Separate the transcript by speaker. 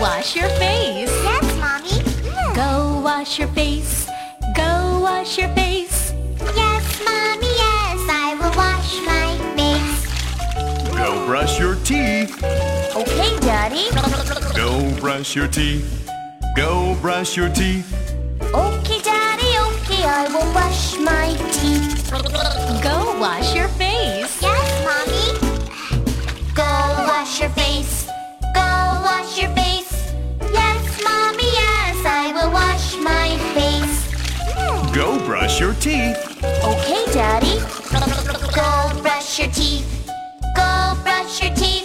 Speaker 1: wash your face.
Speaker 2: Yes, Mommy. Mm.
Speaker 1: Go wash your face. Go wash your face.
Speaker 2: Yes, Mommy, yes, I will wash my face.
Speaker 3: Go brush your teeth.
Speaker 2: Okay, Daddy.
Speaker 3: Go brush your teeth. Go brush your teeth.
Speaker 2: Okay, Daddy, okay, I will brush my teeth.
Speaker 1: Go wash your face.
Speaker 2: Yes, Mommy. Go wash your face. Go wash your face. Yes, Mommy, yes, I will wash my face. Mm.
Speaker 3: Go brush your teeth.
Speaker 2: Okay, Daddy. Go brush your teeth. Go brush your teeth.